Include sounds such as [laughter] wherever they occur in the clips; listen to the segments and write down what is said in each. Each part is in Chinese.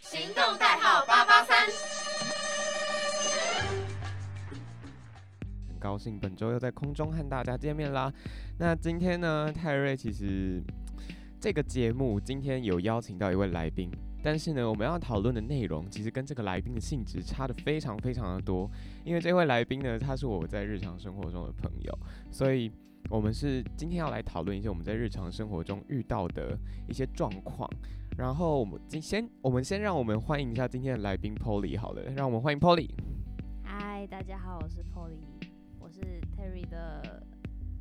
行动代号八八三。很高兴本周又在空中和大家见面啦。那今天呢，泰瑞其实这个节目今天有邀请到一位来宾，但是呢，我们要讨论的内容其实跟这个来宾的性质差的非常非常的多，因为这位来宾呢，他是我在日常生活中的朋友，所以。我们是今天要来讨论一些我们在日常生活中遇到的一些状况，然后我们今先我们先让我们欢迎一下今天的来宾 Polly 好了，让我们欢迎 Polly。嗨，大家好，我是 Polly，我是 Terry 的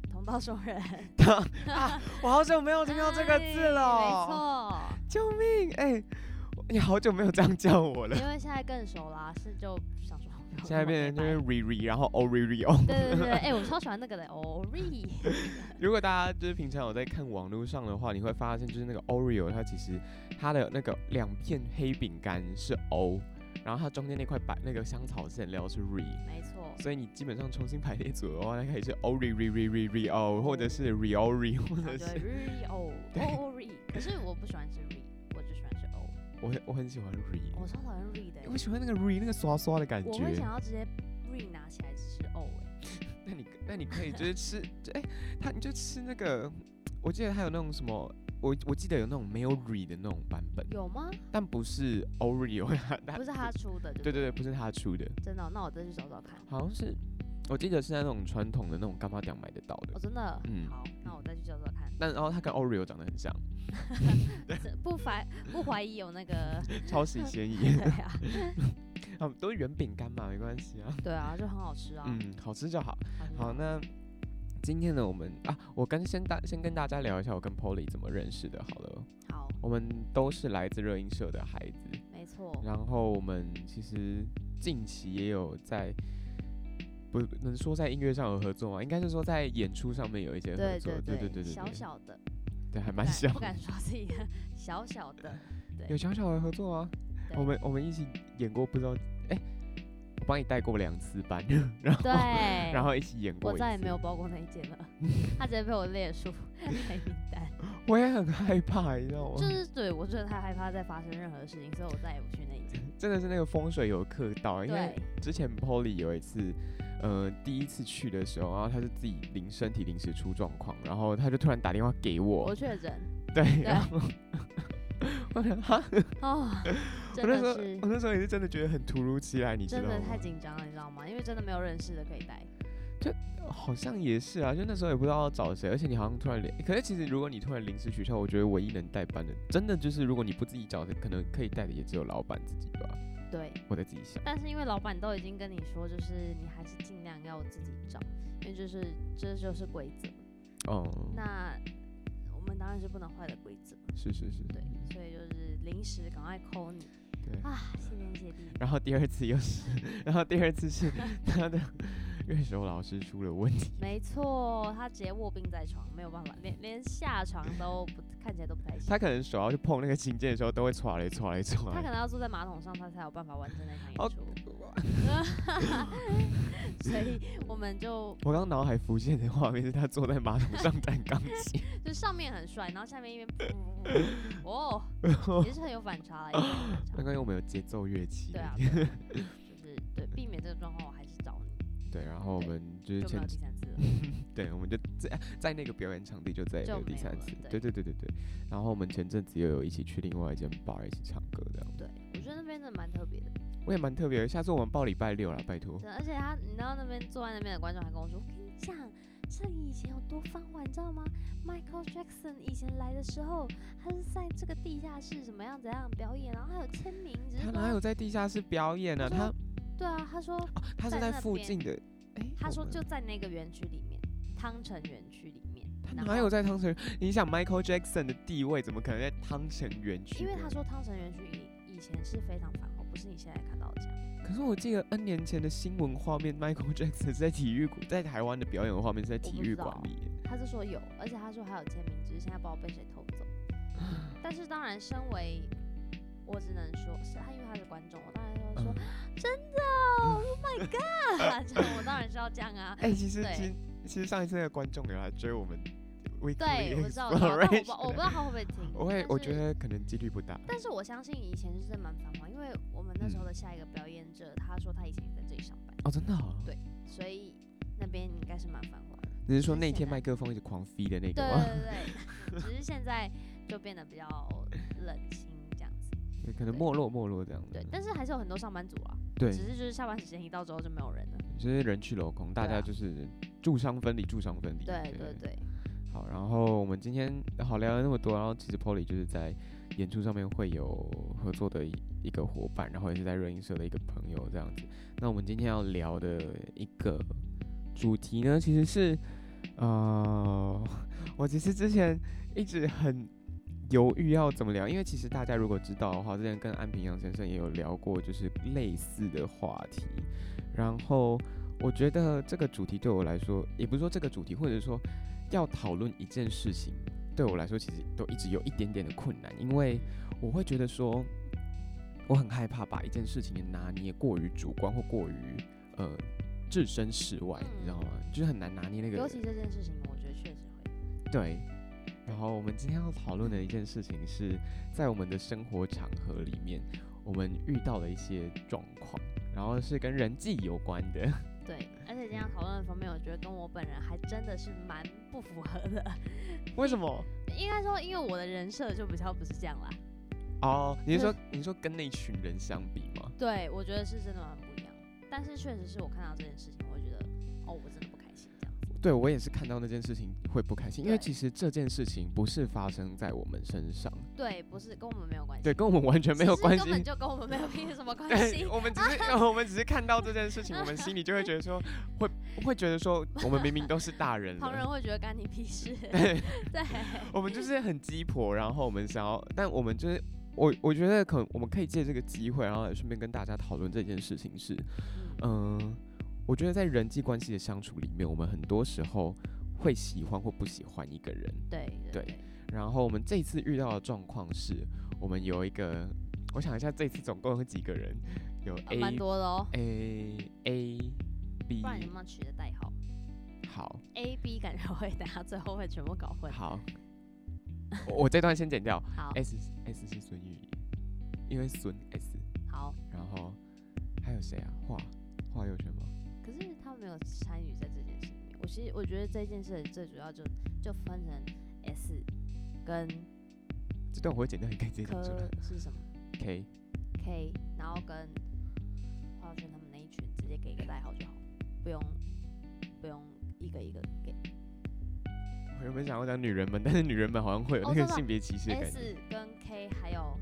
同道中人。 [laughs] 啊我好久没有听到这个字了，哎救命！哎、你好久没有这样叫我了没错，，因为现在更熟啦，是就想说。现在变成就是 Riri，然后 O Riri O。对对对对，哎、我超喜欢那个的 Ori，如果大家就是平常有在看网络上的话，你会发现就是那个 Oreo，它其实它的那个两片黑饼干是 O，然后它中间那块白那个香草馅料是 Re，没错，所以你基本上重新排列组合的话，它可以是 O Re Re Re Re Re O，或者是 Re O Re，或者啊对是 Ri O 对 Ori，可是我不喜欢吃 Ri，我就喜欢吃 O，我很我很喜欢 Re，我超讨厌 Ri 的、我喜欢那个 Re 那个刷刷的感哦我会觉。想要直接 Ri 拿起来吃 O 哎、那你那你可以就是吃， [laughs] 就哎、它你就吃那个，我记得还有那种什么。我我记得有那种没有 re 的那种版本，有吗？但不是 Oreo，它 [laughs] 它不是他出的，对对不对对，不是他出的，对，真的哦、那我再去找找看。好像是我记得是在那种传统的那种干妈店买得到的哦，。真的，嗯好，那我再去找找看。但然后它跟 Oreo 长得很 [laughs] 像，这不怀不怀疑有那 [laughs] 个超级鲜对 [laughs] 艳。啊，啊，都是圆饼干嘛，没关系啊。对啊，就很好吃啊。嗯，好吃就好。好吃好，吗那今天呢，我们啊，我跟先大先跟大家聊一下我跟 Polly 怎么认识的。好了，好，我们都是来自热音社的孩子，没错，然后我们其实近期也有在。不能说在音乐上有合作吗？应该是说在演出上面有一些合对作，对对对对对，小小的，对，还不蛮敢小不敢说自己的小小的， [laughs] 对有小小的合作啊，对我们我们一起演过，不知道哎、我帮你带过两次班， [laughs] 然后对，然后一起演过我一次，再也没有，包过那一件 [laughs] 了，他直接被我列出 [laughs] 黑名单，我也很害怕，你知道吗就？是对我真的太害怕再发生任何事情，所以我再也不去那一件。真的是那个风水有克到，因为对，之前 Polly 有一次，呃，第一次去的时候，然后他是自己临身体临时出状况，然后他就突然打电话给我我，确 [laughs] 诊对，然后我想哈，哦，我真那时的候是我那时候也是真的觉得很突如其来，你知道啊真吗？的太紧张了，你知道吗？因为真的没有认识的可以带。好像也是啊，就那时候也不知道要找谁，而且你好像突然连，可是其实如果你突然临时取消，我觉得唯一能代班的，真的就是如果你不自己找谁，可能可以带的也只有老板自己吧。对，我在自己想，但是因为老板都已经跟你说，就是你还是尽量要自己找，因为就是这就是规则。哦、那我们当然是不能坏了规则，是是是，对，所以就是临时赶快扣你对。啊，谢天谢地。然后第二次又是，然后第二次 [laughs] 是他的乐手老师出了问题，没错，他直接卧病在床，没有办法，连连下床都不看起来都不太行。他可能手要去碰那个琴键的时候都会歘嘞歘嘞歘他嘞。可能要坐在马桶上，他才有办法完成那场好演出。哦 [laughs] [laughs] 所以我们就我刚脑海浮现的画面是他坐在马桶上弹钢琴，就上面很帅，然后下面一边 [laughs] 哦，也是很有反差啦，也是很有反 [laughs] 刚差。刚又没有节奏乐器。对啊，对啊就是对避免这个状况，我还是找你，对，然后我对们就是就没前有第三次 [laughs] 了。对，我们就在 [laughs] 在那个表演场地就再也没就有第没有三了次。对对对对对对。然后我们前阵子又有一起去另外一间 bar 一起唱歌这样，对，我觉得那边真的蛮特别的，我也蛮特别的。下次我们报礼拜六啦，拜托真。的。而且他，你知道那边坐在那边的观众还跟我说：“我跟你讲，这里以前有多繁华，你知道吗？Michael Jackson 以前来的时候，他是在这个地下室怎么样怎样表演，然后还有签名，只他是哪说有在地下室表演啊？他他说对啊，他说哦，他是在在那附边近的。哎，他我说们就在那个园区里面，汤臣园区里面，他然哪后有在汤臣？你想 Michael Jackson 的地位，怎么可能在汤臣园区？因为他，说汤臣园区以以前是非常繁华，不是你现在看到的这样。可是我记得 N 年前的新闻画面，Michael Jackson 是在体育馆，在台湾的表演的画面是在我体不育知馆道里耶。他是说有，而且他说还有签名，只是现在不知道被谁偷走。但是当然，身为我只能说是他，因为他是观众，我当然要嗯说、真的哦、o h my god！这样我当然是要这样啊。哎、其实对其实其实上一次那个观众有来追我们， weekly 对，我知道，我知道，但我不 exploration 我不知道他会不会听。 [laughs] 我会，但我是觉，得可能几率不大。但是我相信以前是真的蛮繁华，因为我们那时候嗯的下一个表演者，他说他以前也在这里上班，哦，真的、哦？对所以那边应该是蛮繁华的。你是说是那现天在麦克风一直狂飞的那个对吗？对对， [laughs] 只是现在就变得比较冷清这样子。对，可能对没落没落这样子。对，但是还是有很多上班族啊，对，只是就是下班时间一到之后就没有人了。就是人去楼空，大对家啊就是住商分离，住商分离。对对对，好，然后我们今天好聊了那么多，然后其实 Polly 就是在演出上面会有合作的一一个伙伴，然后也是在热音社的一个朋友这样子。那我们今天要聊的一个主题呢，其实是呃， [laughs] 我其实之前一直很犹豫要怎么聊，因为其实大家如果知道的话，之前跟安平洋先生也有聊过，就是类似的话题，然后。我觉得这个主题对我来说，也不是说这个主题，或者说要讨论一件事情，对我来说其实都一直有一点点的困难，因为我会觉得说，我很害怕把一件事情的拿捏过于主观或过于呃置身事外，你知道吗？就是很难拿捏那个。尤其这件事情，我觉得确实会。对。然后我们今天要讨论的一件事情是在我们的生活场合里面，我们遇到了一些状况，然后是跟人际有关的。 [laughs] 对，而且今天讨论的方面，我觉得跟我本人还真的是蛮不符合的。为什么？ [laughs] 应该说，因为我的人设就比较不是这样啦。哦，你是就说你是说跟那群人相比吗？对，我觉得是真的蛮不一样。但是确实是我看到这件事情，我会觉得，哦，我真的不开心这样子。对我也是看到那件事情会不开心，因为对其实这件事情不是发生在我们身上，对，不是跟我们没有关系。对，跟我们完全没有其实关根本系。就跟我们没有屁什么关系 [laughs] 对，。我们只是、我们只是看到这件事情，我们心里就会觉得说，会会觉得说，我们明明都是大人旁了， [laughs] 人会觉得干你屁事。对，对，我们就是很鸡婆，然后我们想要，但我们就是我我觉得可我们可以借这个机会，然后也顺便跟大家讨论这件事情是，嗯嗯、我觉得在人际关系的相处里面，我们很多时候会喜欢或不喜欢一个人，对对对对，然后我们这次遇到的状况是，我们有一个，我想一下，这次总共有几个人？有啊 A 蛮、多的哦。 A A 不 B，然你有没有取的代号好？A、B 感觉会等下最后会全部搞混。好，我我这段先剪掉。好 S S 是孙玉怡，因为孙 S，好，然后还有谁啊？华华佑轩吗？可是他没有参与在这件事里面。我其实我觉得这件事最主要就就分成 S 跟这段我会剪掉，你可以直接讲科出来。是什么 K K，然后跟华轩他们那一群直接给一个代号就好，不用不用一个一个给。我原本想要讲女人们，但是女人们好像会有哦那个真的性别歧视的感 S 觉。跟 K 还有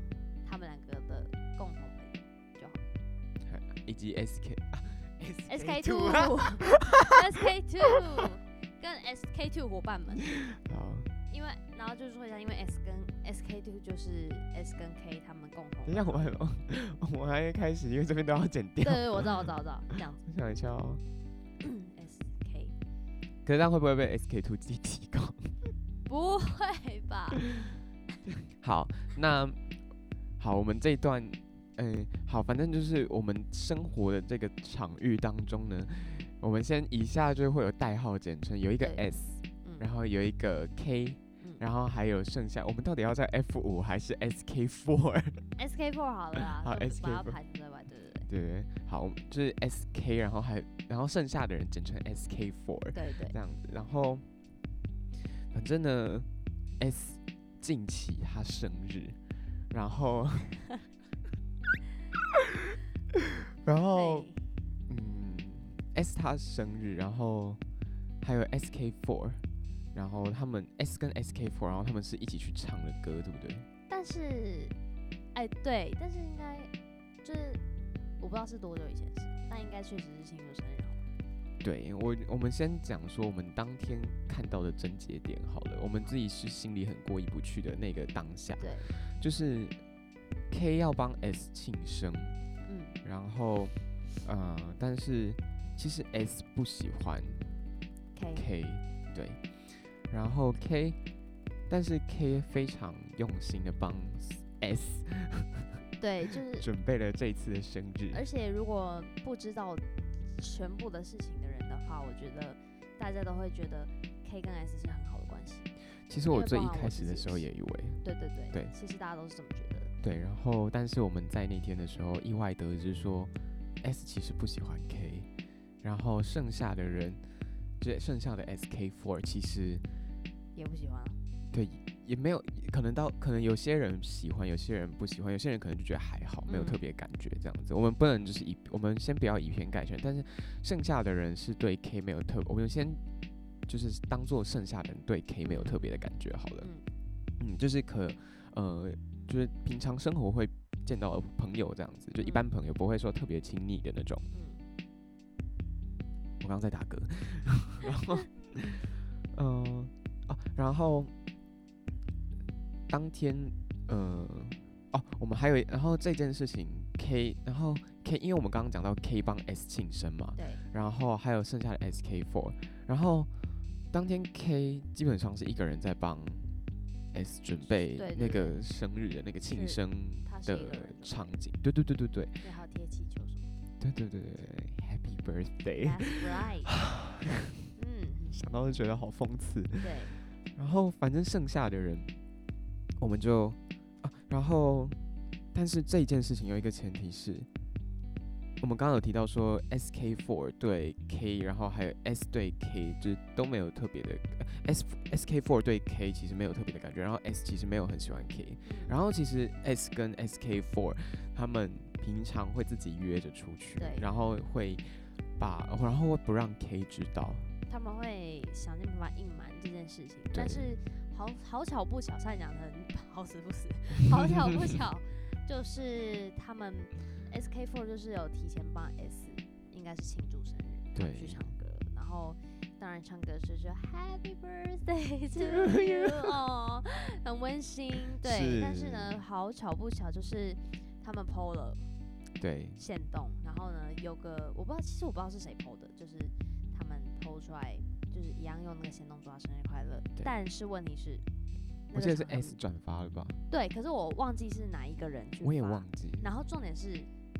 他们两个的共同朋友以及 S K [laughs] 啊 S K K two Two 啊。 [laughs] S K Two 跟 S K Two 伙伴们，好因为然后就是说一下，因为 S 跟 S K Two 就是 S 跟 K 他们共同。等一下，我还 [laughs] 我还开始，因为这边都要剪对掉。对，我知道我知道我知道，这样子我想一下哦， S [laughs] K 可是这样会不会被 SK Two 自己提供？不会吧？好，那好，我们这一段，嗯、好，反正就是我们生活的这个场域当中呢，我们先以下就会有代号简称，有一个对 S，嗯然后有一个 K，嗯然后还有剩下，我们到底要叫 F 五还是 SK Four？ [laughs] S K Four 好了啦，好就不把它 SK4 排除在外，对对对对，好，我们就是 SK，然后还然后剩下的人简称 SK Four。对对这样子。然后，反正呢，S 近期他生日，然后，然后对。嗯，S 他生日，然后还有 SK Four，然后他们 S 跟 SK Four，然后他们是一起去唱的歌，对不对？但是，哎，对，但是应该就是我不知道是多久以前的事，但应该确实是庆祝生日啊好了。对我，我们先讲说我们当天看到的症结点好了，我们自己是心里很过意不去的那个当下，对，就是 K 要帮 S 庆生，嗯，然后，呃，但是其实 S 不喜欢 K， K，对，然后 K，但是 K 非常用心的帮 S [laughs] 对，就是，准备了这一次的生日，而且如果不知道全部的事情的人的话，我觉得大家都会觉得 K 跟 S 是很好的关系。其实我因为最包一含开我始自的己时也候是也以为，对对对对其实大家都是这么觉得。对，然后但是我们在那天的时候意外得知说，S 其实不喜欢 K，然后剩下的人，就剩下的 SK Four 其实也不喜欢啊了。对也没有，可能到可能有些人喜欢，有些人不喜欢，有些人可能就觉得还好，没有特嗯别感觉这样子。我们不能就是以我们先不要以偏概全，但是剩下的人是对 K 没有特，我们先就是当做剩下的人对 K 没有特别的感觉好了。嗯嗯，就是可呃，就是平常生活会见到的朋友这样子，就一嗯般朋友不会说特别亲密的那种。嗯，我刚刚在打嗝，然后，嗯、呃，啊，然后当天，呃，哦，我们还有一，然后这件事情 K，然后 K，因为我们刚刚讲到 K 帮 S 庆生嘛，对，然后还有剩下的 SK Four，然后当天 K 基本上是一个人在帮 S 准备对对那对个生日的那个庆是生他是一的个人的场景，对对对对对对，还有贴气球什么对对对对，Happy 的。 Birthday， That's right。嗯，想到就觉得好讽刺。对，然后反正剩下的人，我们就啊，然后但是这件事情有一个前提是，我们刚刚有提到说 S K Four 对 K，然后还有 S 对 K，就是都没有特别的、呃 S S K Four 对 K 其实没有特别的感觉，然后 S 其实没有很喜欢 K，然后其实 S 跟 S K Four 他们平常会自己约着出去对，然后会把然后会不让 K 知道，他们会想尽办法隐瞒这件事情，对但是好好巧不巧，差点讲成好死 [laughs] 不死，好巧不巧，就是他们 S K Four 就是有提前帮 S 应该是庆祝生日，他们对去唱歌，然后当然唱歌是说 Happy [laughs] Birthday to you 哦，很温馨，对，但是是呢，好巧不巧就是他们 PO 了。对，限动，然后呢，有个我不知道，其实我不知道是谁 PO 的，就是他们 PO 出来，就是一样用那个限动祝他生日快乐对。但是问题是，我那个记得是场合 S 转发了吧？对，可是我忘记是哪一个人去，我也忘。记，然后重点是，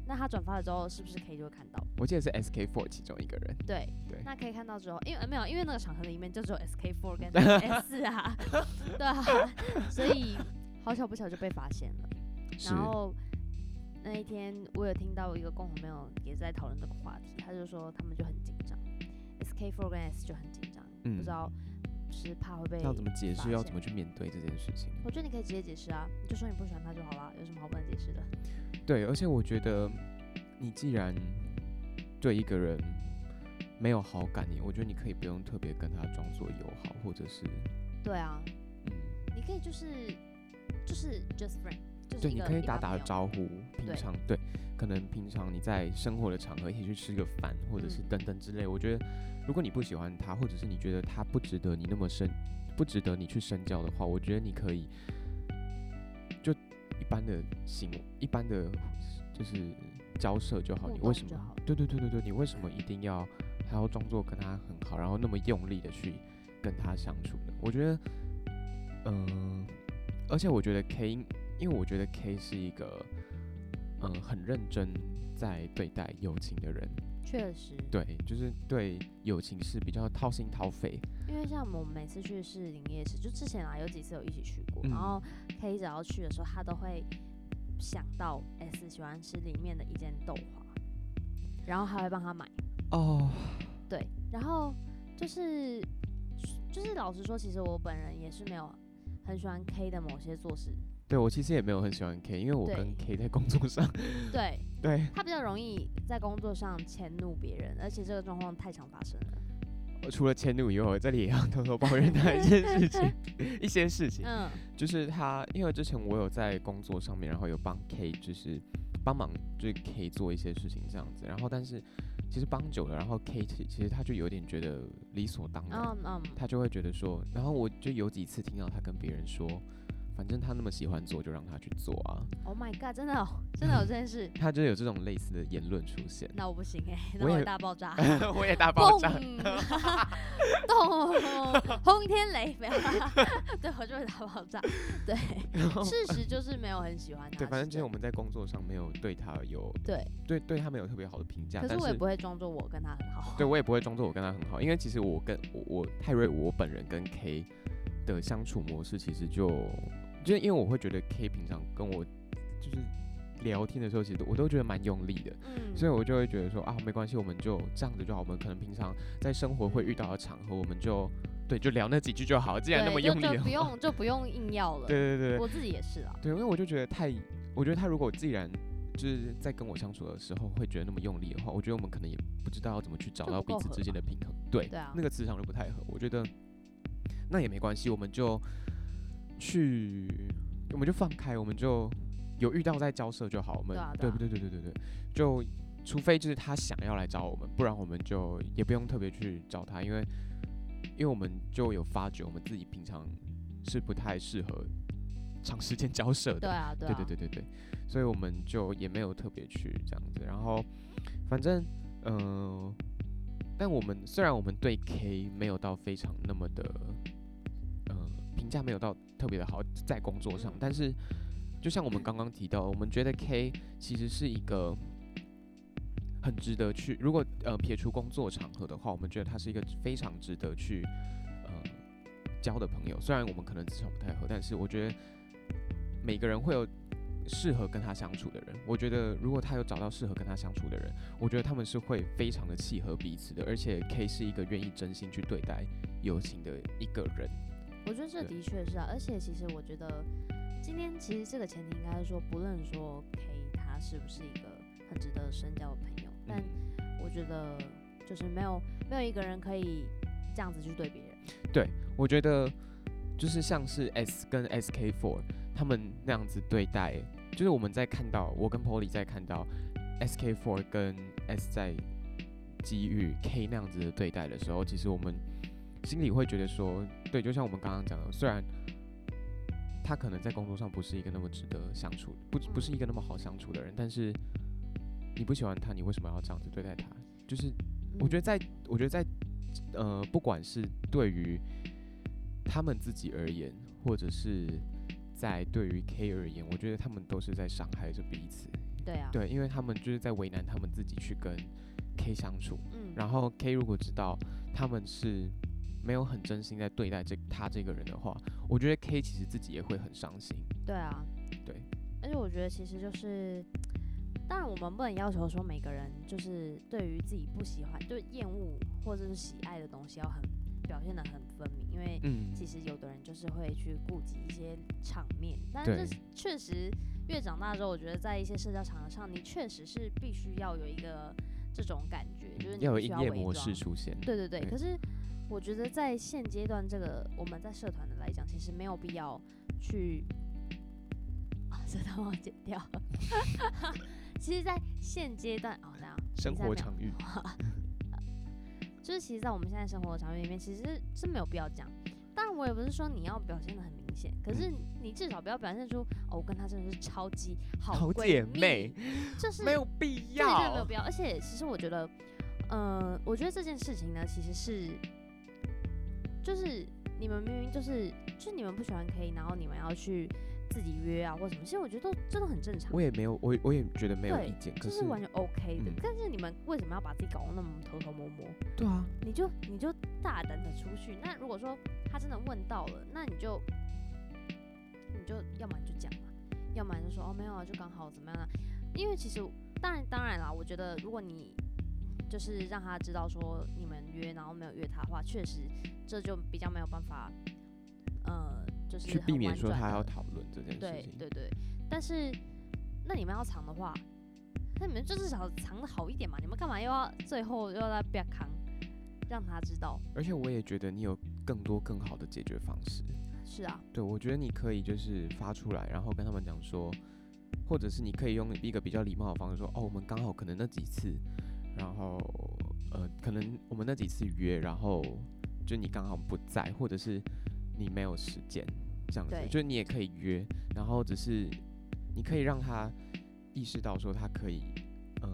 那他转发了之后，是不是 K 就会看到？我记得是 SK Four 其中一个人，对，对那可以看到之后，因为、呃没有，因为那个场合里面就只有 SK [laughs] Four 跟 S 啊， [laughs] 对啊，所以好巧不巧就被发现了。是然后那一天我有听到一个共同朋友也在讨论这个话题，他就说他们就很紧张，SK Four 跟 S 就很紧张，嗯不知道是怕会被。要怎么解释，发要现怎么去面对这件事情？我觉得你可以直接解释啊，你就说你不喜欢他就好啦，有什么好不能解 [laughs] 释的？对，而且我觉得你既然对一个人没有好感，你我觉得你可以不用特别跟他装作友好，或者是对啊，嗯，你可以就是就是 just friend，就是对，一你个可以一打般打朋友招呼，平对常对，可能平常你在生活的场合一起去吃个饭，或者是嗯等等之类。我觉得如果你不喜欢他，或者是你觉得他不值得你那么深，不值得你去深交的话，我觉得你可以就一般的行，一般的就是交涉就好。互你动为什就么好？对对对对对，你为什么一定要还要装作跟他很好，然后那么用力的去跟他相处呢？我觉得，嗯、而且我觉得 K，应因为我觉得 K 是一个，嗯、很认真在对待友情的人，确实，对，就是对友情是比较掏心掏肺，因为像我们每次去士林夜市，就之前啊有几次有一起去过，嗯然后 K 只要去的时候，他都会想到 S 喜欢吃里面的一间豆花，然后还会帮他买。哦，对，然后就是就是老实说，其实我本人也是没有很喜欢 K 的某些做事，对我其实也没有很喜欢 K，因为我跟 K 在工作上， [laughs] 对对，他比较容易在工作上迁怒别人，而且这个状况太常发生了。我除了迁怒以外，我这里也要偷偷抱怨他一件事 [laughs] 情，一些事情，嗯，就是他，因为之前我有在工作上面，然后有帮 K，就是帮忙就是 K 做一些事情这样子，然后但是其实帮久了，然后 K 其其实他就有点觉得理所当然，嗯嗯，他就会觉得说，然后我就有几次听到他跟别人说，反正他那么喜欢做，就让他去做啊， Oh my god，真的哦真的有这件事，，他就有这种类似的言论出现 [laughs] 那我不行哎、我那我也会大爆炸。我也大爆砰！ [laughs] 炸，咚！ [laughs] 轰天雷，没有 [laughs] 啦，对我就是大爆炸。对， [laughs] 事实就是没有很喜欢他。哦对，反正之是前我们在工作上没有对他有对，对对他没有特别好的评价，可是但我也不会装作我跟他很好。对我也不会装作我跟他很好，因为其实我跟我我泰瑞我本人跟 K 的相处模式其实就就因为我会觉得 K 平常跟我就是聊天的时候，其实我都觉得蛮用力的，嗯，所以我就会觉得说啊，没关系，我们就这样子就好。我们可能平常在生活会遇到的场合，我们就对就聊那几句就好。既然那对么就用力就的不话，用就不用硬要了。 [laughs] 对对对对我自己也是啊。对，因为我就觉得太，我觉得他如果既然就是在跟我相处的时候会觉得那么用力的话，我觉得我们可能也不知道要怎么去找就到不彼够此合之间吧的平衡。对，对啊那个磁场就不太合。我觉得那也没关系，我们就去，我们就放开，我们就有遇到再交涉就好。我们对啊对对啊不对？对对对对对，就除非就是他想要来找我们，不然我们就也不用特别去找他，因为因为我们就有发觉我们自己平常是不太适合长时间交涉的。对啊，对对啊，对对对对，所以我们就也没有特别去这样子。然后反正嗯、呃但我们虽然我们对 K 没有到非常那么的呃评价没有到特别的好，在工作上，嗯但是就像我们刚刚提到，我们觉得 K 其实是一个。很值得去，如果呃撇除工作场合的话，我们觉得他是一个非常值得去呃交的朋友。虽然我们可能磁场不太合，但是我觉得每个人会有适合跟他相处的人。我觉得如果他有找到适合跟他相处的人，我觉得他们是会非常的契合彼此的。而且 K 是一个愿意真心去对待友情的一个人。我觉得这对的确是啊，而且其实我觉得今天其实这个前提应该是说，不论说 K 他是不是一个很值得深交的朋友，但嗯我觉得就是没有没有一个人可以这样子去对别人。我觉得就是像是 S 跟 SK Four 他们那样子对待，就是我们在看到我跟 Polly 在看到 SK Four 跟 S 在给予 K 那样子的对待的时候，其实我们心里会觉得说，对，就像我们刚刚讲的，虽然他可能在工作上不是一个那么值得相处，不不是一个那么好相处的人，但是你不喜欢他，你为什么要这样子对待他？就是我觉得得在，我觉得在，呃，不管是对于他们自己而言，或者是在对于 K 而言，我觉得他们都是在伤害着彼此。对啊，，对，因为他们就是在为难他们自己去跟 K 相处。嗯，然后 K 如果知道他们是没有很真心在对待这他这个人的话，我觉得 K 其实自己也会很伤心。对啊，对。而且我觉得其实就是，当然我们不能要求说每个人就是对于自己不喜欢、就是厌恶或者是喜爱的东西要很表现的很分明，因为嗯，其实有的人就是会去顾及一些场面，但是这对是确实越长大之后，我觉得在一些社交场合上，你确实是必须要有一个这种感觉，就是你要有必须应要夜伪模装式出现。对对对，对可是我觉得在现阶段这个我们在社团的来讲，其实没有必要去啊，这段忘剪掉。 [laughs] 其实，在现阶段哦，那样生活场域，就是其实，在我们现在生活的场域里面，其实是没有必要这样。当然，我也不是说你要表现的很明显，可是嗯你至少不要表现出哦，我跟她真的是超级好好闺姐蜜妹，就是没有必对对，没有要。必要。而且其实我觉得，呃，我觉得这件事情呢，其实是，就是你们明明就是，就是你们不喜欢 K，然后你们要去自己约啊或什么，其实我觉得都这都很正常我，也没有，我我也觉得没有对意见，可这是是完全 OK 的。嗯但是你们为什么要把自己搞得那么偷偷摸摸？对啊，你就你就大胆的出去。那如果说他真的问到了，那你就你就要么你就讲嘛，要么你就说哦没有啊，就刚好怎么样啊？因为其实当然当然啦，我觉得如果你就是让他知道说你们约，然后没有约他的话，确实这就比较没有办法，呃，就是去很避免婉说转他地要讨论这件事对情。对对，但是那你们要藏的话，那你们就至少藏的好一点嘛。你们干嘛又要最后又要在别扛，让他知道？而且我也觉得你有更多更好的解决方式。是啊，对，我觉得你可以就是发出来，然后跟他们讲说，或者是你可以用一个比较礼貌的方式说，哦，我们刚好可能那几次，然后呃，可能我们那几次约，然后就你刚好不在，或者是你没有时间，这样子对，就你也可以约，然后只是你可以让他意识到说他可以，呃，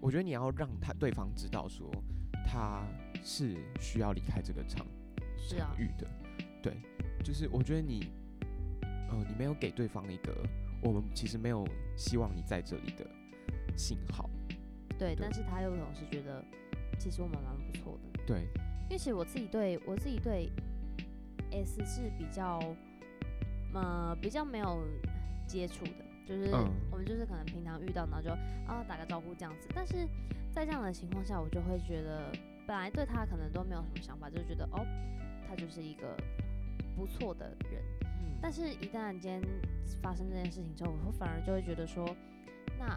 我觉得你要让他对方知道说他是需要离开这个场是啊场，域的。对，就是我觉得你，呃，你没有给对方一个我们其实没有希望你在这里的信号。对。但对是他又总是觉得，其实我们蛮不错的。对，因为其实我自己对我自己对 S 是比较，呃，比较没有接触的，就是嗯我们就是可能平常遇到，然后就啊打个招呼这样子。但是在这样的情况下，我就会觉得，本来对他可能都没有什么想法，就觉得哦，他就是一个不错的人。但是，一旦今天发生这件事情之后，我反而就会觉得说，那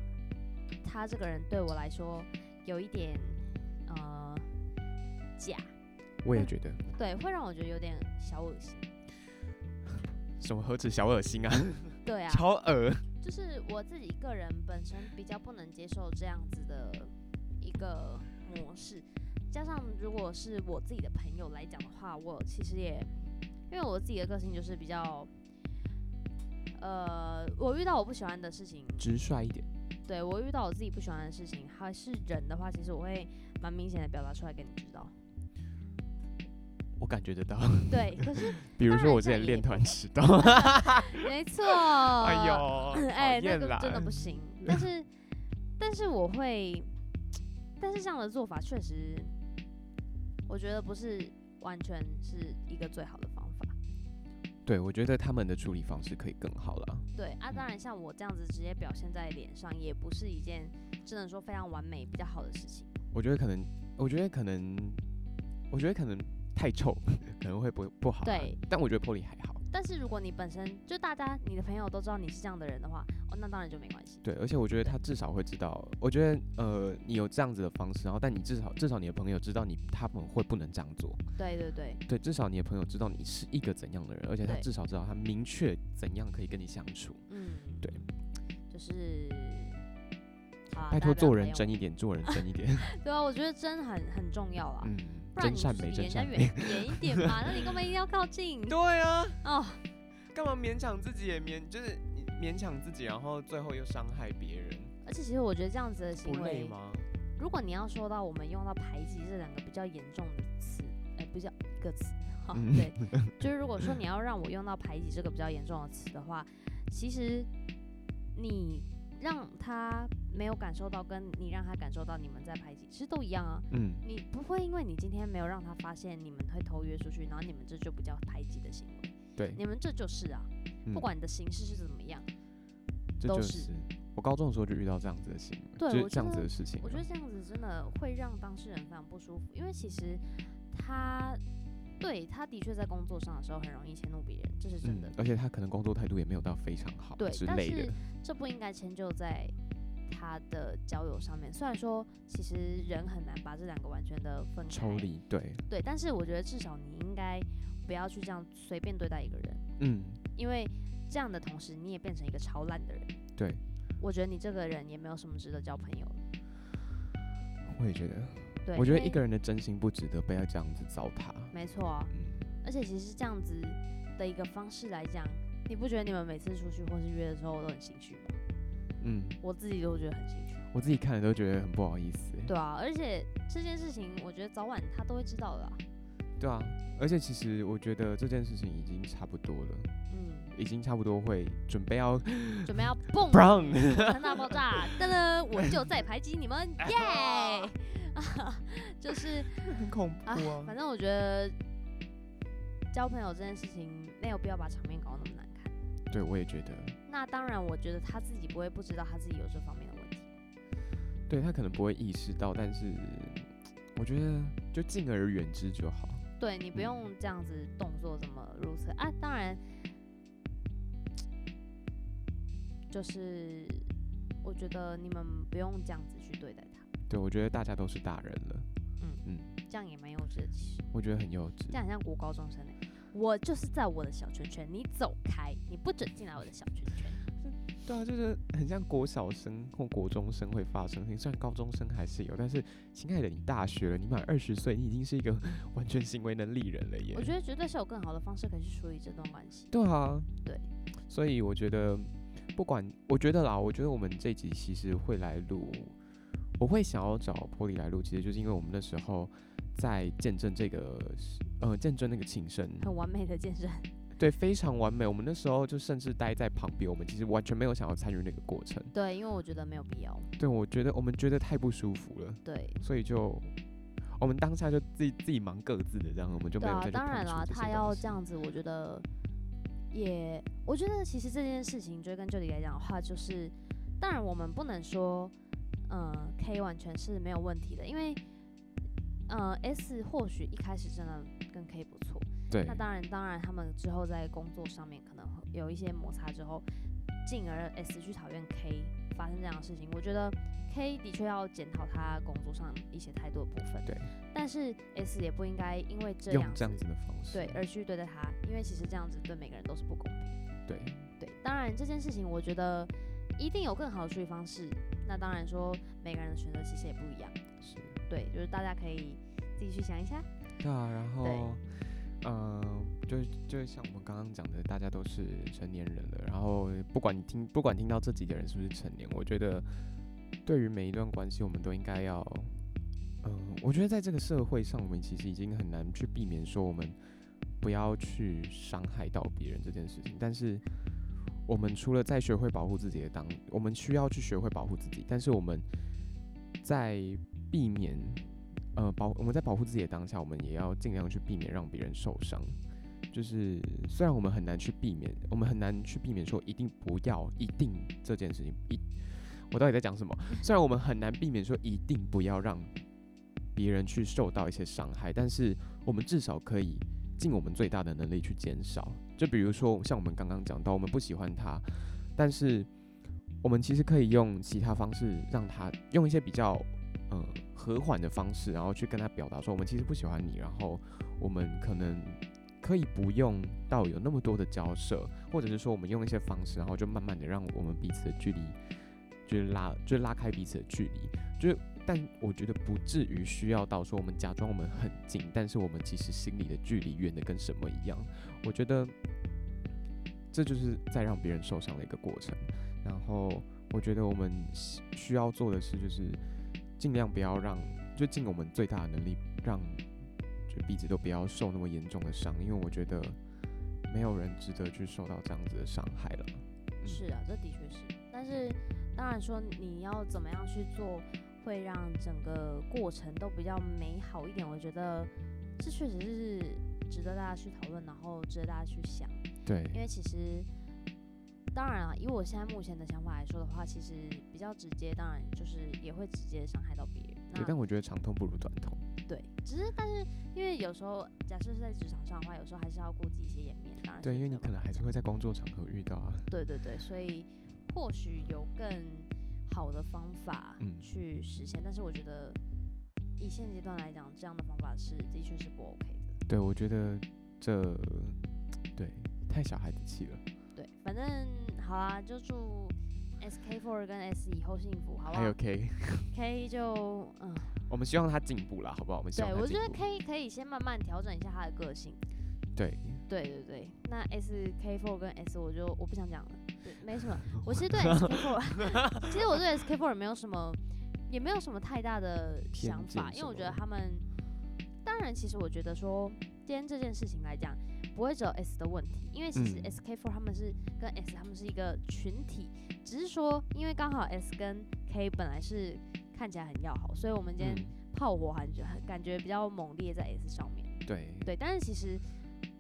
他这个人对我来说有一点呃假，我也觉得，对，会让我觉得有点小恶心。什么何止小恶心啊，对 [laughs] 啊，超恶。就是我自己个人本身比较不能接受这样子的一个模式，加上如果是我自己的朋友来讲的话，我其实也因为我自己的个性就是比较，呃，我遇到我不喜欢的事情，直率一点，对我遇到我自己不喜欢的事情，还是人的话，其实我会蛮明显的表达出来给你知道。我感觉得 [laughs] 到。对，可是比如当说然我之这前也练不团会迟到， [laughs] 没错，哎 [laughs] 呦，哎，讨那厌个啦真的不行。[laughs] 但是，但是我会，但是这样的做法确实，我觉得不是完全是一个最好的方法。对，我觉得他们的处理方式可以更好了。对啊，当然像我这样子直接表现在脸上，也不是一件只能说非常完美、比较好的事情。我觉得可能，我觉得可能，我觉得可能太臭， [laughs] 可能会不不好、啊。对，但我觉得 Polly 还好。但是如果你本身就大家你的朋友都知道你是这样的人的话，哦，那当然就没关系。对，而且我觉得他至少会知道，我觉得呃，你有这样子的方式，然后但你至少至少你的朋友知道你他们会不能这样做。对对对对，至少你的朋友知道你是一个怎样的人，而且他对至少知道他明确怎样可以跟你相处。嗯，对，就是。好啊拜大托家不要做太人用真一点，做人真 [laughs] 一点。对啊，我觉得真很很重要啊啦。嗯，不然真你善就是美，离真人家善远美。 [laughs] 远一点嘛，那你干嘛一定要靠近？对啊，哦，干嘛勉强自己也勉，就是你勉强自己，然后最后又伤害别人，而且其实我觉得这样子的行不累为，吗？如果你要说到我们用到排挤这两个比较严重的词，哎、不叫一个词，哈、嗯 [laughs] 对，就是如果说你要让我用到排挤这个比较严重的词的话，其实你让他没有感受到，跟你让他感受到你们在排挤，其实都一样啊。嗯，你不会因为你今天没有让他发现你们会偷约出去，然后你们这就不叫排挤的行为，对，你们这就是啊，嗯不管你的形式是怎么样。这都就是是我高中的时候就遇到这样子的行为，对就我是这觉样子得的事情啊。我觉得这样子真的会让当事人非常不舒服，因为其实他对他的确在工作上的时候很容易迁怒别人，这是真的。嗯，而且他可能工作态度也没有到非常好对之但类是的。这不应该迁就在他的交友上面。虽然说其实人很难把这两个完全的分开抽，离，对，对，但是我觉得至少你应该不要去这样随便对待一个人，嗯，因为这样的同时你也变成一个超烂的人。对，我觉得你这个人也没有什么值得交朋友的。我也觉得，对，我觉得因一为个人的真心不值得被他这样子糟蹋。没错啊、嗯，而且其实这样子的一个方式来讲，你不觉得你们每次出去或是约的时候都很心虚吗？嗯，我自己都觉得很心虚。我自己看了都觉得很不好意思欸。对啊，而且这件事情，我觉得早晚他都会知道的、啊。对啊，而且其实我觉得这件事情已经差不多了，嗯，已经差不多会准备要 [laughs] 准 [laughs] 备要蹦 brown。三大爆炸，噔噔，我就在排挤你 [laughs] 们，耶！啊，就是很恐啊怖啊！反正我觉得交朋友这件事情没有必要把场面搞得那么难看。对，我也觉得，那当然，我觉得他自己不会不知道他自己有这方面的问题。对他可能不会意识到，但是我觉得就敬而远之就好。对你不嗯用这样子动作这么如此啊，当然，就是我觉得你们不用这样子去对待他，对，我觉得大家都是大人了，嗯嗯，这样也蛮幼稚的。其实我觉得很幼稚这。样很像国高中生哎、我就是在我的小圈圈，你走开，你不准进来我的小圈圈。对啊，就是很像国小生或国中生会发生的事情，虽然高中生还是有，但是亲爱的，你大学了，你满二十岁，你已经是一个 [laughs] 完全行为能力人了耶我。觉得绝对是有更好的方式可以去处理这段关系。对啊，对，所以我觉得不管，我觉得啦，我觉得我们这集其实会来录，我会想要找玻璃来录，其实就是因为我们那时候在见证这个，呃，见证那个庆生，很完美的健 [laughs] 身，对，非常完美。我们那时候就甚至待在旁边，我们其实完全没有想要参与那个过程。对，因为我觉得没有必要。对，我觉得我们觉得太不舒服了，对，所以就。我们当下就自己自己忙各自的，这样我们就没对有啊再，去当然啦碰，触这他些要东这西。样子，我觉得也，我觉得其实这件事情追根究底来讲的话，就是当然我们不能说，呃，K 完全是没有问题的，因为，呃，S 或许一开始真的跟 K 不错，对那当然当然他们之后在工作上面可能会有一些摩擦之后，进而 S 去讨厌 K 发生这样的事情，我觉得 K 的确要检讨他工作上一些态度的部分，对，但是 S 也不应该因为这用样这子样子的方式，对，而去对待他，因为其实这样子对每个人都是不公平。对对，当然这件事情我觉得一定有更好的处理方式。那当然说每个人的选择其实也不一样，是，对，就是大家可以自己去想一下。对啊，然对后，嗯、就就像我们刚刚讲的，大家都是成年人了，然后不管你听不管听到这集的人是不是成年，我觉得对于每一段关系，我们都应该要，嗯、我觉得在这个社会上，我们其实已经很难去避免说我们不要去伤害到别人这件事情，但是。我们除了在学会保护自己的当，我们需要去学会保护自己，但是我们在避免呃保我们在保护自己的当下，我们也要尽量去避免让别人受伤。就是虽然我们很难去避免，我们很难去避免说一定不要一定这件事情一，我到底在讲什么？虽然我们很难避免说一定不要让别人去受到一些伤害，但是我们至少可以尽我们最大的能力去减少。就比如说像我们刚刚讲到，我们不喜欢他，但是我们其实可以用其他方式让他用一些比较呃和缓的方式，然后去跟他表达说我们其实不喜欢你，然后我们可能可以不用到有那么多的交涉，或者是说我们用一些方式，然后就慢慢的让我们彼此的距离就是拉就是拉开彼此的距离，就是但我觉得不至于需要到说我们假装我们很近，但是我们其实心里的距离远的跟什么一样，我觉得这就是在让别人受伤的一个过程，然后。我觉得我们需需要做的事就是尽量不要让，就尽我们最大的能力让，就彼此都不要受那么严重的伤，因为我觉得没有人值得去受到这样子的伤害了。嗯是啊，这的确是。但是当然说你要怎么样去做，会让整个过程都比较美好一点，我觉得这确实是值得大家去讨论，然后值得大家去想。对，因为其实，当然啊，以我现在目前的想法来说的话，其实比较直接，当然就是也会直接伤害到别人。对，那但我觉得长痛不如短痛。对，只是但是因为有时候，假设是在职场上的话，有时候还是要顾及一些颜面，当然对，啊是因为没你有可办能法还是讲会在工作场合遇到啊。对对对，所以或许有更好的方法嗯去实现，但是我觉得以现阶段来讲，这样的方法是的确是不 OK 的。对，我觉得这对太小孩子气了。对，反正好啦，就祝 SK Four 跟 S 以后幸福，好不啊还有好 K， ？K 就嗯，我们希望他进步啦，好不好？我们希望对他我进觉得步 K 可以先慢慢调整一下他的个性。对，对对对，那 S K Four 跟 S 我就我不想讲了，对 [laughs] 没什么。我其实对 S K Four，其 [laughs] 实我对 S K Four 没有什么，也没有什么太大的偏想见法，因为我什觉得么他们，当然其实我觉得说今天这件事情来讲，不会只有 S 的问题，因为其实嗯 S K Four 他们是跟 S 他们是一个群体，只是说因为刚好 S 跟 K 本来是看起来很要好，所以我们今天嗯，炮火感觉很感觉比较猛烈在 S 上面，对，对，但是其实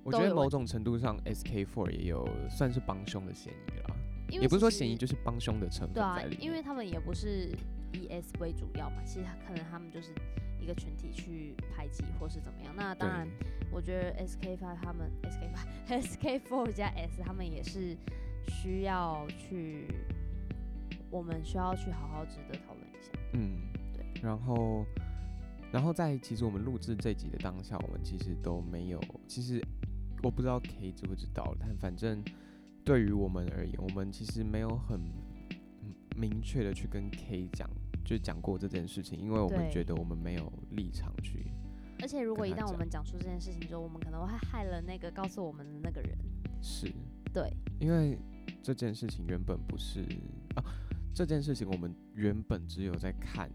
我都觉得有某问种程度上，SK Four 也有算是帮凶的嫌疑啦，因为也不其是说嫌实疑，就是帮凶的成分对啊在里，面。因为他们也不是以 S 为主要嘛，其实可能他们就是一个群体去排挤或是怎么样。那当然，我觉得 SK Five 他们 SK Five [laughs] SK Four 加 S 他们也是需要去，我们需要去好好值得讨论一下。对，嗯，对。然后，然后在其实我们录制这集的当下，我们其实都没有，其实我不知道 K 知不知道，但反正对于我们而言，我们其实没有很嗯明确的去跟 K 讲，就讲过这件事情，因为我们觉对得我们没有立场去。而且如果一跟他旦我讲们讲出这件事情之后，我们可能会害了那个告诉我们的那个人。是，对，因为这件事情原本不是啊，这件事情我们原本只有在看，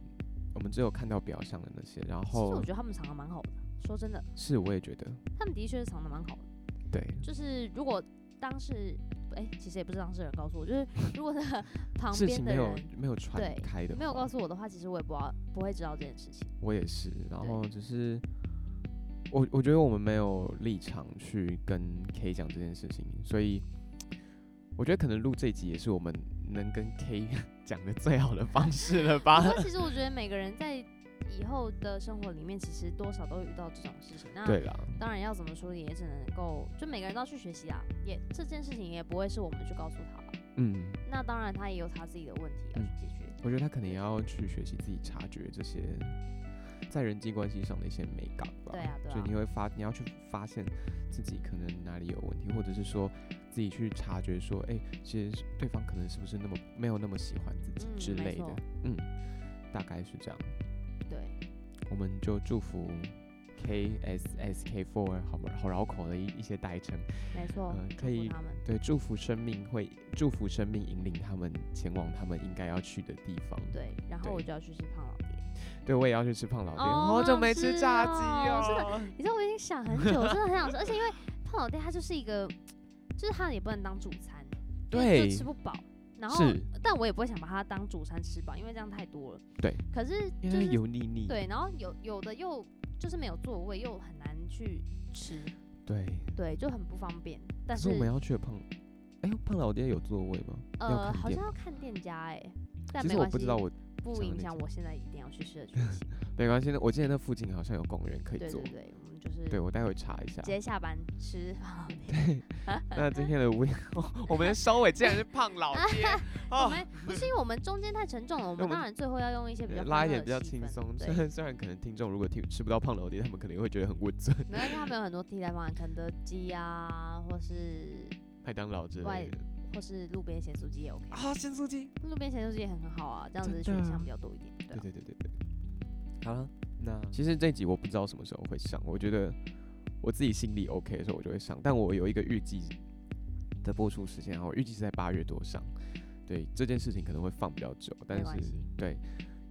我们只有看到表象的那些，然其实后我觉得他们藏的蛮好的，说真的，是我也觉得他们的确是藏的蛮好的。对，就是如果当时哎、其实也不是当事人告诉我，就是如果那 [laughs] 个旁事边情的没有人没有传对开的，没有告诉我的话，其实我也不知道不会知道这件事情。我也是，然对后只是我我觉得我们没有立场去跟 K 讲这件事情，所以我觉得可能录这集也是我们能跟 K [laughs] 讲的最好的方式了吧不。过其实我觉得每个人在以后的生活里面，其实多少都会遇到这种事情。那对啦，当然要怎么说，也只能够就每个人都要去学习啊。也这件事情也不会是我们去告诉他吧。嗯，那当然他也有他自己的问题要去解决。我觉得他可能也要去学习自己察觉这些在人际关系上的一些美感吧。对啊对所以啊你会发，你要去发现自己可能哪里有问题，或者是说自己去察觉说，哎、其实对方可能是不是那么没有那么喜欢自己嗯之没类的错。嗯，大概是这样。对，我们就祝福 K S S K Four 好不好绕口的一一些代称，没错呃，祝可福以他们。对，祝福生命会祝福生命引领他们前往他们应该要去的地方。对，然后对我就要去吃胖老爹。对，我也要去吃胖老爹，哦我好久没吃是炸哦鸡是哦。你知道我已经想很 [laughs] 久，我真的很想吃，而且因为胖老爹它就是一个，就是它也不能当主餐，因为对就吃不饱。然后是，但我也不会想把它当主餐吃饱，因为这样太多了。对，可是因就为是它油腻腻。对，然后有有的又就是没有座位，又很难去吃，对，对，就很不方便。但可是我们要去的胖，哎、胖老爹有座位吗？要呃，看好店像要看店家哎、但其没实我关不系知，道我，不想的影那响家我现在一定要去吃的决 [laughs] 心。没关系的。我记得那附近好像有公园可以对坐对。对，我们就对，是我待会查一下直。接下班吃胖老爹。那今 [laughs] 天的 [laughs] We，我们的收尾竟然是胖老爹我哦，们不是因为我们中间太沉重了，我对我们们当然最后要用一些比较呃拉一欢点乐的比较气轻氛松。 [laughs] 虽对，然虽然可能听众如果听吃不到胖老爹，他们可能会觉得很温存。 [laughs] 没关系，他们有很多替代方案，肯德基啊，或是麦当劳之外类的或是路边咸酥鸡也 OK，啊，咸酥鸡。路边咸酥鸡也很好啊，这样子真选的项比较多一点。对对啊，对对对对。好了，那其实这集我不知道什么时候会上，我觉得我自己心里 OK 的时候我就会上，但我有一个预计的播出时间啊，我预计是在八月多上。对这件事情可能会放比较久，但没关是系对，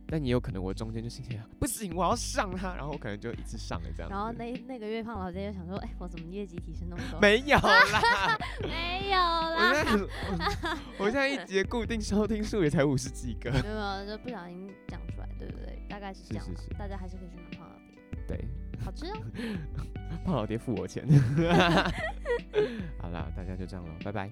但也有可能我中间就心想不行，我要上它，然后我可能就一次上了这样子。然后那那个月胖老爹就想说，哎，我怎么业绩提升那么多？没有 [laughs] 啦，没有我啦，现在我现在一节固定收听数也才五十几 [laughs] 个。没有没有，就不小心讲出来，对不对？大概是是这样是啦是，大家还是可以去买胖老爹，对，好吃哦， [laughs] 胖老爹付我钱。好啦，大家就这样了，拜拜。